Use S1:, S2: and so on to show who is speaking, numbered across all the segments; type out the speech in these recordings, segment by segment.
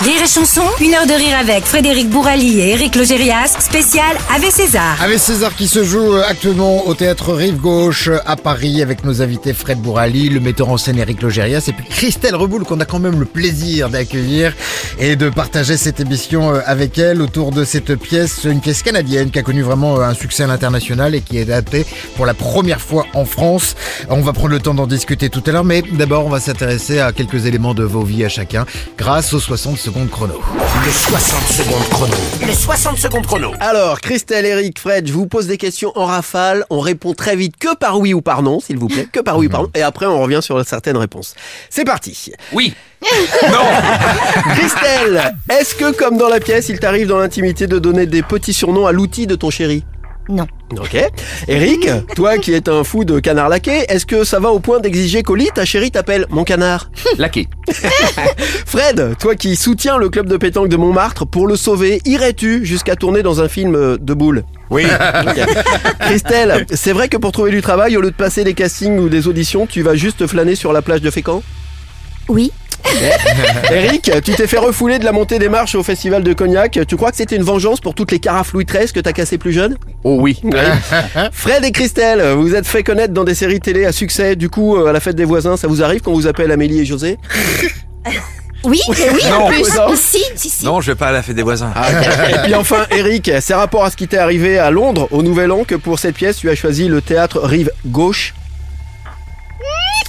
S1: Rire et chanson, une heure de rire avec Frédéric Bourali et Éric Logérias, spécial avec César.
S2: Avec César qui se joue euh, actuellement au théâtre Rive Gauche euh, à Paris avec nos invités Fred Bourali, le metteur en scène Eric Logérias et puis Christelle Reboul qu'on a quand même le plaisir d'accueillir et de partager cette émission euh, avec elle autour de cette pièce, une pièce canadienne qui a connu vraiment euh, un succès à l'international et qui est adaptée pour la première fois en France. On va prendre le temps d'en discuter tout à l'heure mais d'abord on va s'intéresser à quelques éléments de vos vies à chacun grâce aux 60 secondes chrono.
S3: Le 60 secondes chrono. Le 60 secondes chrono.
S4: Alors, Christelle, Eric, Fred, je vous pose des questions en rafale. On répond très vite que par oui ou par non, s'il vous plaît. Que par oui ou par non. Et après, on revient sur certaines réponses. C'est parti.
S5: Oui.
S4: Christelle, est-ce que, comme dans la pièce, il t'arrive dans l'intimité de donner des petits surnoms à l'outil de ton chéri
S6: Non.
S4: Ok. Eric, toi qui es un fou de canard laqué, est-ce que ça va au point d'exiger qu'Oli, ta chérie t'appelle mon canard
S5: Laqué.
S4: Fred, toi qui soutiens le club de pétanque de Montmartre, pour le sauver, irais-tu jusqu'à tourner dans un film euh, de boules
S3: Oui.
S4: Ok. Christelle, c'est vrai que pour trouver du travail, au lieu de passer des castings ou des auditions, tu vas juste flâner sur la plage de Fécamp
S6: Oui.
S4: Eric, tu t'es fait refouler de la montée des marches au festival de Cognac. Tu crois que c'était une vengeance pour toutes les carafes Louis XIII que t'as cassées plus jeune
S5: Oh oui.
S4: Fred et Christelle, vous êtes fait connaître dans des séries télé à succès. Du coup, euh, à la fête des voisins, ça vous arrive quand vous appelle Amélie et José
S6: Oui, mais oui,
S5: Non,
S6: en plus.
S4: non.
S6: Si, si, si.
S5: Non, je vais pas à la fête des voisins.
S4: Et puis enfin, Eric, c'est rapport à ce qui t'est arrivé à Londres au Nouvel An que pour cette pièce, tu as choisi le théâtre Rive Gauche.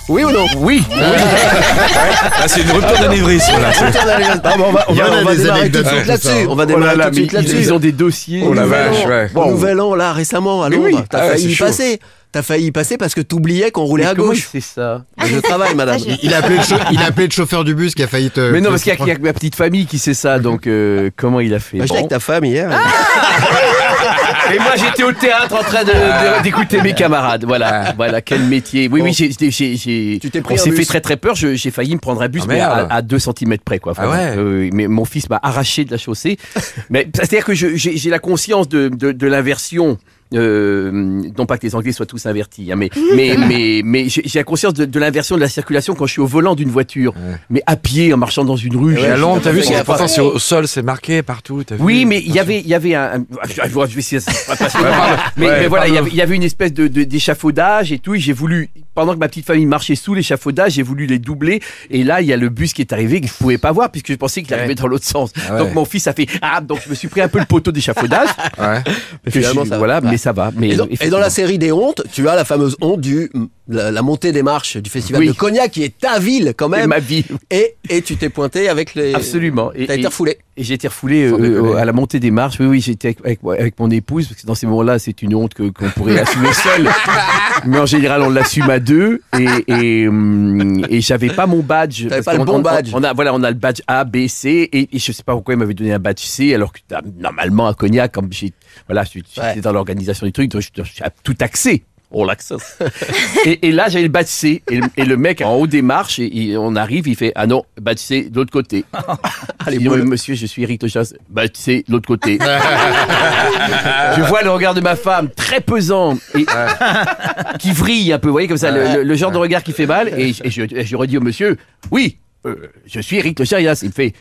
S4: Oui ou non
S5: Oui. Ah, c'est une rupture d'anévrisme là.
S4: Ah bah, on va, on
S2: Il y
S4: va-
S2: en a
S4: on va
S2: des
S4: démarrer tout
S2: anecdotes
S4: de suite
S2: comme
S4: là-dessus.
S7: hein.
S2: ça.
S4: On va
S7: Oh
S4: démarrer tout de suite là-dessus.
S7: Ils ont des dossiers.
S5: Oh la
S4: Nouvel
S5: vache,
S4: An.
S5: ouais.
S4: Au Nouvel an, là, récemment, à
S7: Mais
S4: Londres.
S7: oui.
S4: T'as
S5: Ah ouais,
S4: failli
S5: c'est
S4: y
S5: chaud.
S4: passer. T'as failli y passer parce que t'oubliais qu'on roulait
S7: Mais
S4: à
S7: comment
S4: gauche.
S7: C'est ça.
S4: Mais Je travaille, madame.
S6: Ça, je-
S2: Il a appelé le, chau- il a appelé le chauffeur du bus qui a failli te...
S7: Mais non,
S2: te-
S7: parce qu'il y, a- il y a que ma petite famille qui sait ça, donc euh, comment il a fait
S4: Bah, J'étais
S7: Bon.
S4: avec ta femme hier.
S7: Et moi, j'étais au théâtre en train de-
S5: Euh.
S7: de- d'écouter mes camarades. Voilà, voilà, quel métier. Oui, oui, j'ai- j'ai- j'ai. j'ai-
S4: Tu t'es pris
S7: On
S4: un
S7: s'est
S4: bus.
S7: fait très très peur. Je- J'ai failli me prendre un bus,
S5: Ah,
S7: mais à,
S5: merde.
S7: à 2 cm près, quoi.
S5: Ah
S7: Enfin,
S5: ouais.
S7: euh, oui, mais mon fils m'a arraché de la chaussée. mais c'est-à-dire que je- j'ai j'ai la conscience de, de, de l'inversion. Euh, non pas que les Anglais soient tous invertis, hein, mais, mais, mais, mais j'ai j'ai la conscience de, de l'inversion de la circulation quand je suis au volant d'une voiture, mais à pied, en marchant dans une rue.
S5: Et
S7: j'ai-
S5: à Londres, t'as vu,
S7: j'ai-
S5: c'est pourtant c'est au au sol, c'est marqué partout. t'as vu.
S7: oui, mais il y avait, il y avait un. un- ah, je vais- je vais essayer de- pas- pas-
S5: pardon.
S7: Mais,
S5: Ouais,
S7: mais voilà, il y,
S5: pardon.
S7: avait, il y avait une espèce de de- d'échafaudage et tout. et J'ai voulu, pendant que ma petite famille marchait sous l'échafaudage, j'ai voulu les doubler. Et là, il y a le bus qui est arrivé que je pouvais pas voir puisque je pensais qu'il arrivait dans l'autre sens.
S5: Ah ouais.
S7: Donc mon fils a fait ah, donc je me suis pris un peu le poteau d'échafaudage.
S5: Ouais.
S7: que
S4: finalement,
S7: je-
S4: ça va.
S7: voilà,
S4: Ouais.
S7: mais ça va. Mais
S4: Et dans, et dans la
S7: effectivement.
S4: série des hontes, tu as la fameuse honte du la, la montée des marches du festival
S7: Oui.
S4: de Cognac, qui est ta ville quand
S7: C'est
S4: même.
S7: ma vie,
S4: Et, et tu t'es pointé avec les.
S7: absolument. Et-
S4: T'as
S7: et-
S4: été refoulé.
S7: Et j'ai été refoulé
S5: Sans
S7: euh,
S5: déconner.
S7: euh, à la montée des marches. Oui, oui, j'étais avec, avec, avec mon épouse, parce que dans ces moments-là, c'est une honte que- qu'on pourrait assumer seul. Mais en général, on l'assume à deux. Et, et, hum, et j'avais pas mon badge.
S4: T'avais
S7: parce
S4: pas le
S7: qu'on-
S4: bon
S7: on-
S4: badge.
S7: On, a, voilà, on a le badge A, B, C. Et, et je sais pas pourquoi il m'avait donné un badge C, alors que ah, normalement, à Cognac, comme j'ai- voilà, j'étais
S4: Ouais. Oh,
S7: dans l'organisation du truc, donc je- je suis tout axé. On l'accesse. et, et là, j'avais le badge C. Et, le- et le mec en haut des marches, et, il- on arrive, il fait Ah non, badge C de l'autre côté.
S5: Ah,
S7: Allez,
S4: boules.
S7: monsieur, je suis Eric Tochas. Bah, c'est de l'autre côté.
S5: Ah.
S7: je vois le regard de ma femme, très pesant, et
S5: Ah.
S7: qui vrille un peu, vous voyez, comme ça, le, le- le genre de regard qui fait mal. Et, je- et je, et je redis au monsieur, oui, euh, je suis Eric Tochas. Il me fait,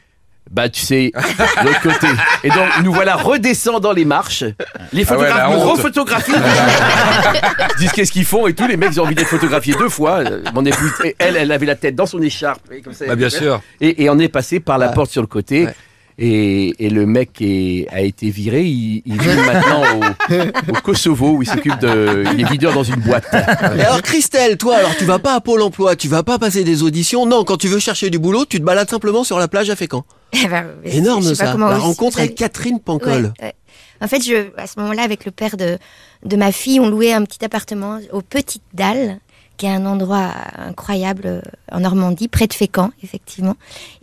S7: bah, tu sais, de l'autre côté. Et donc, nous voilà redescendant dans les marches. Les
S5: Ah ouais,
S7: photographes
S5: la
S7: nous
S5: honte.
S7: rephotographient. Ils disent qu'est-ce qu'ils font et tout. Les mecs, ils ont envie d'être photographiés deux fois. Euh, Mon épouse, et elle, elle avait la tête dans son écharpe. et comme ça,
S5: Bah, bien sûr.
S7: et, et on est passé par la porte sur le côté.
S4: Ouais.
S7: Et, et le mec est- a été viré, il, il vit maintenant au, au Kosovo où il s'occupe de. Il est videur dans une boîte.
S4: Et alors Christelle, toi, alors tu vas pas à Pôle Emploi, tu vas pas passer des auditions. Non, quand tu veux chercher du boulot, tu te balades simplement sur la plage à Fécamp.
S6: Eh ben, je sais
S4: Énorme
S6: pas
S4: ça.
S6: comment
S4: La
S6: vous-
S4: rencontre
S6: vous
S4: avec
S6: avez-
S4: Catherine Pancol.
S6: Ouais, ouais. En fait, je, à ce moment-là, avec le père de, de ma fille, on louait un petit appartement aux Petites Dalles, qui est un endroit incroyable euh, en Normandie, près de Fécamp, effectivement.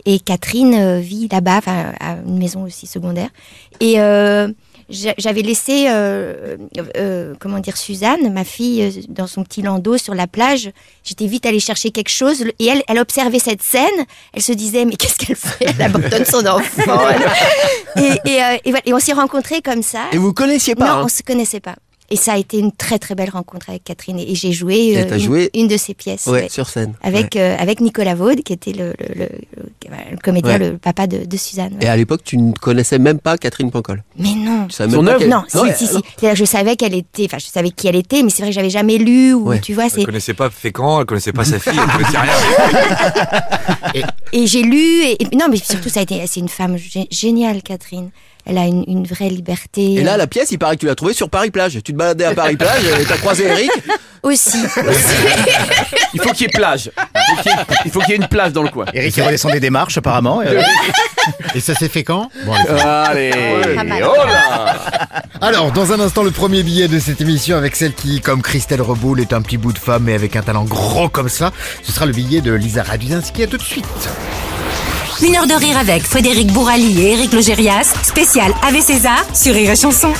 S6: Et Catherine euh, vit là-bas, enfin, à une maison aussi secondaire. Et euh, j'a- j'avais laissé, euh, euh, comment dire, Suzanne, ma fille, euh, dans son petit landau sur la plage. J'étais vite allée chercher quelque chose le- et elle, elle observait cette scène. Elle se disait, mais qu'est-ce qu'elle fait Elle abandonne son enfant. et, et, euh, et voilà. Et on s'est rencontrés comme ça.
S4: Et vous connaissiez pas
S6: non,
S4: hein
S6: on se connaissait pas. Et ça a été une très très belle rencontre avec Catherine. Et et j'ai joué, euh,
S4: Et t'as
S6: une,
S4: joué
S6: une de ses pièces.
S4: Ouais,
S6: ouais.
S4: sur scène. Ouais.
S6: Avec, euh, avec Nicolas Vaud, qui était le, le, le, le- le comédien,
S4: Ouais.
S6: le papa de, de Suzanne. ouais.
S4: Et à l'époque, tu ne connaissais même pas Catherine Pancol.
S6: Mais non.
S4: Tu savais même
S7: Son
S4: pas
S7: œuvre
S4: qu'elle-
S6: Non, si,
S4: ouais,
S6: si, si.
S4: alors-
S6: C'est-à-dire que je savais qu'elle était, enfin, je savais qui elle était, mais c'est vrai que j'avais jamais lu, ou
S4: Ouais.
S6: tu vois,
S5: Elle
S6: c'est.
S5: connaissait pas Fécamp, elle connaissait pas sa fille, elle connaissait rien.
S6: Et j'ai lu, et, et- non, mais surtout, ça a été, c'est une femme gé- géniale, Catherine. Elle a une, une vraie liberté. euh,
S4: Et là, la pièce, il paraît que tu l'as trouvée sur Paris-Plage. Tu te baladais à Paris-Plage et t'as croisé Eric.
S6: Aussi.
S7: Il faut qu'il y ait plage. Il faut qu'il y ait- Il faut qu'il y ait une plage dans le coin.
S8: Eric, il redescendait des marches apparemment. et, euh,
S2: Et ça s'est fait quand Bon, allez.
S7: Allez,
S6: Pas mal.
S7: oh là
S2: Alors, dans un instant, le premier billet de cette émission avec celle qui, comme Christelle Reboul, est un petit bout de femme mais avec un talent gros comme ça. Ce sera le billet de Lisa Radzinski. À tout de suite.
S1: Une heure de rire avec Frédéric Bourali et Éric Logérias, spécial Ave César sur Rire et Chanson.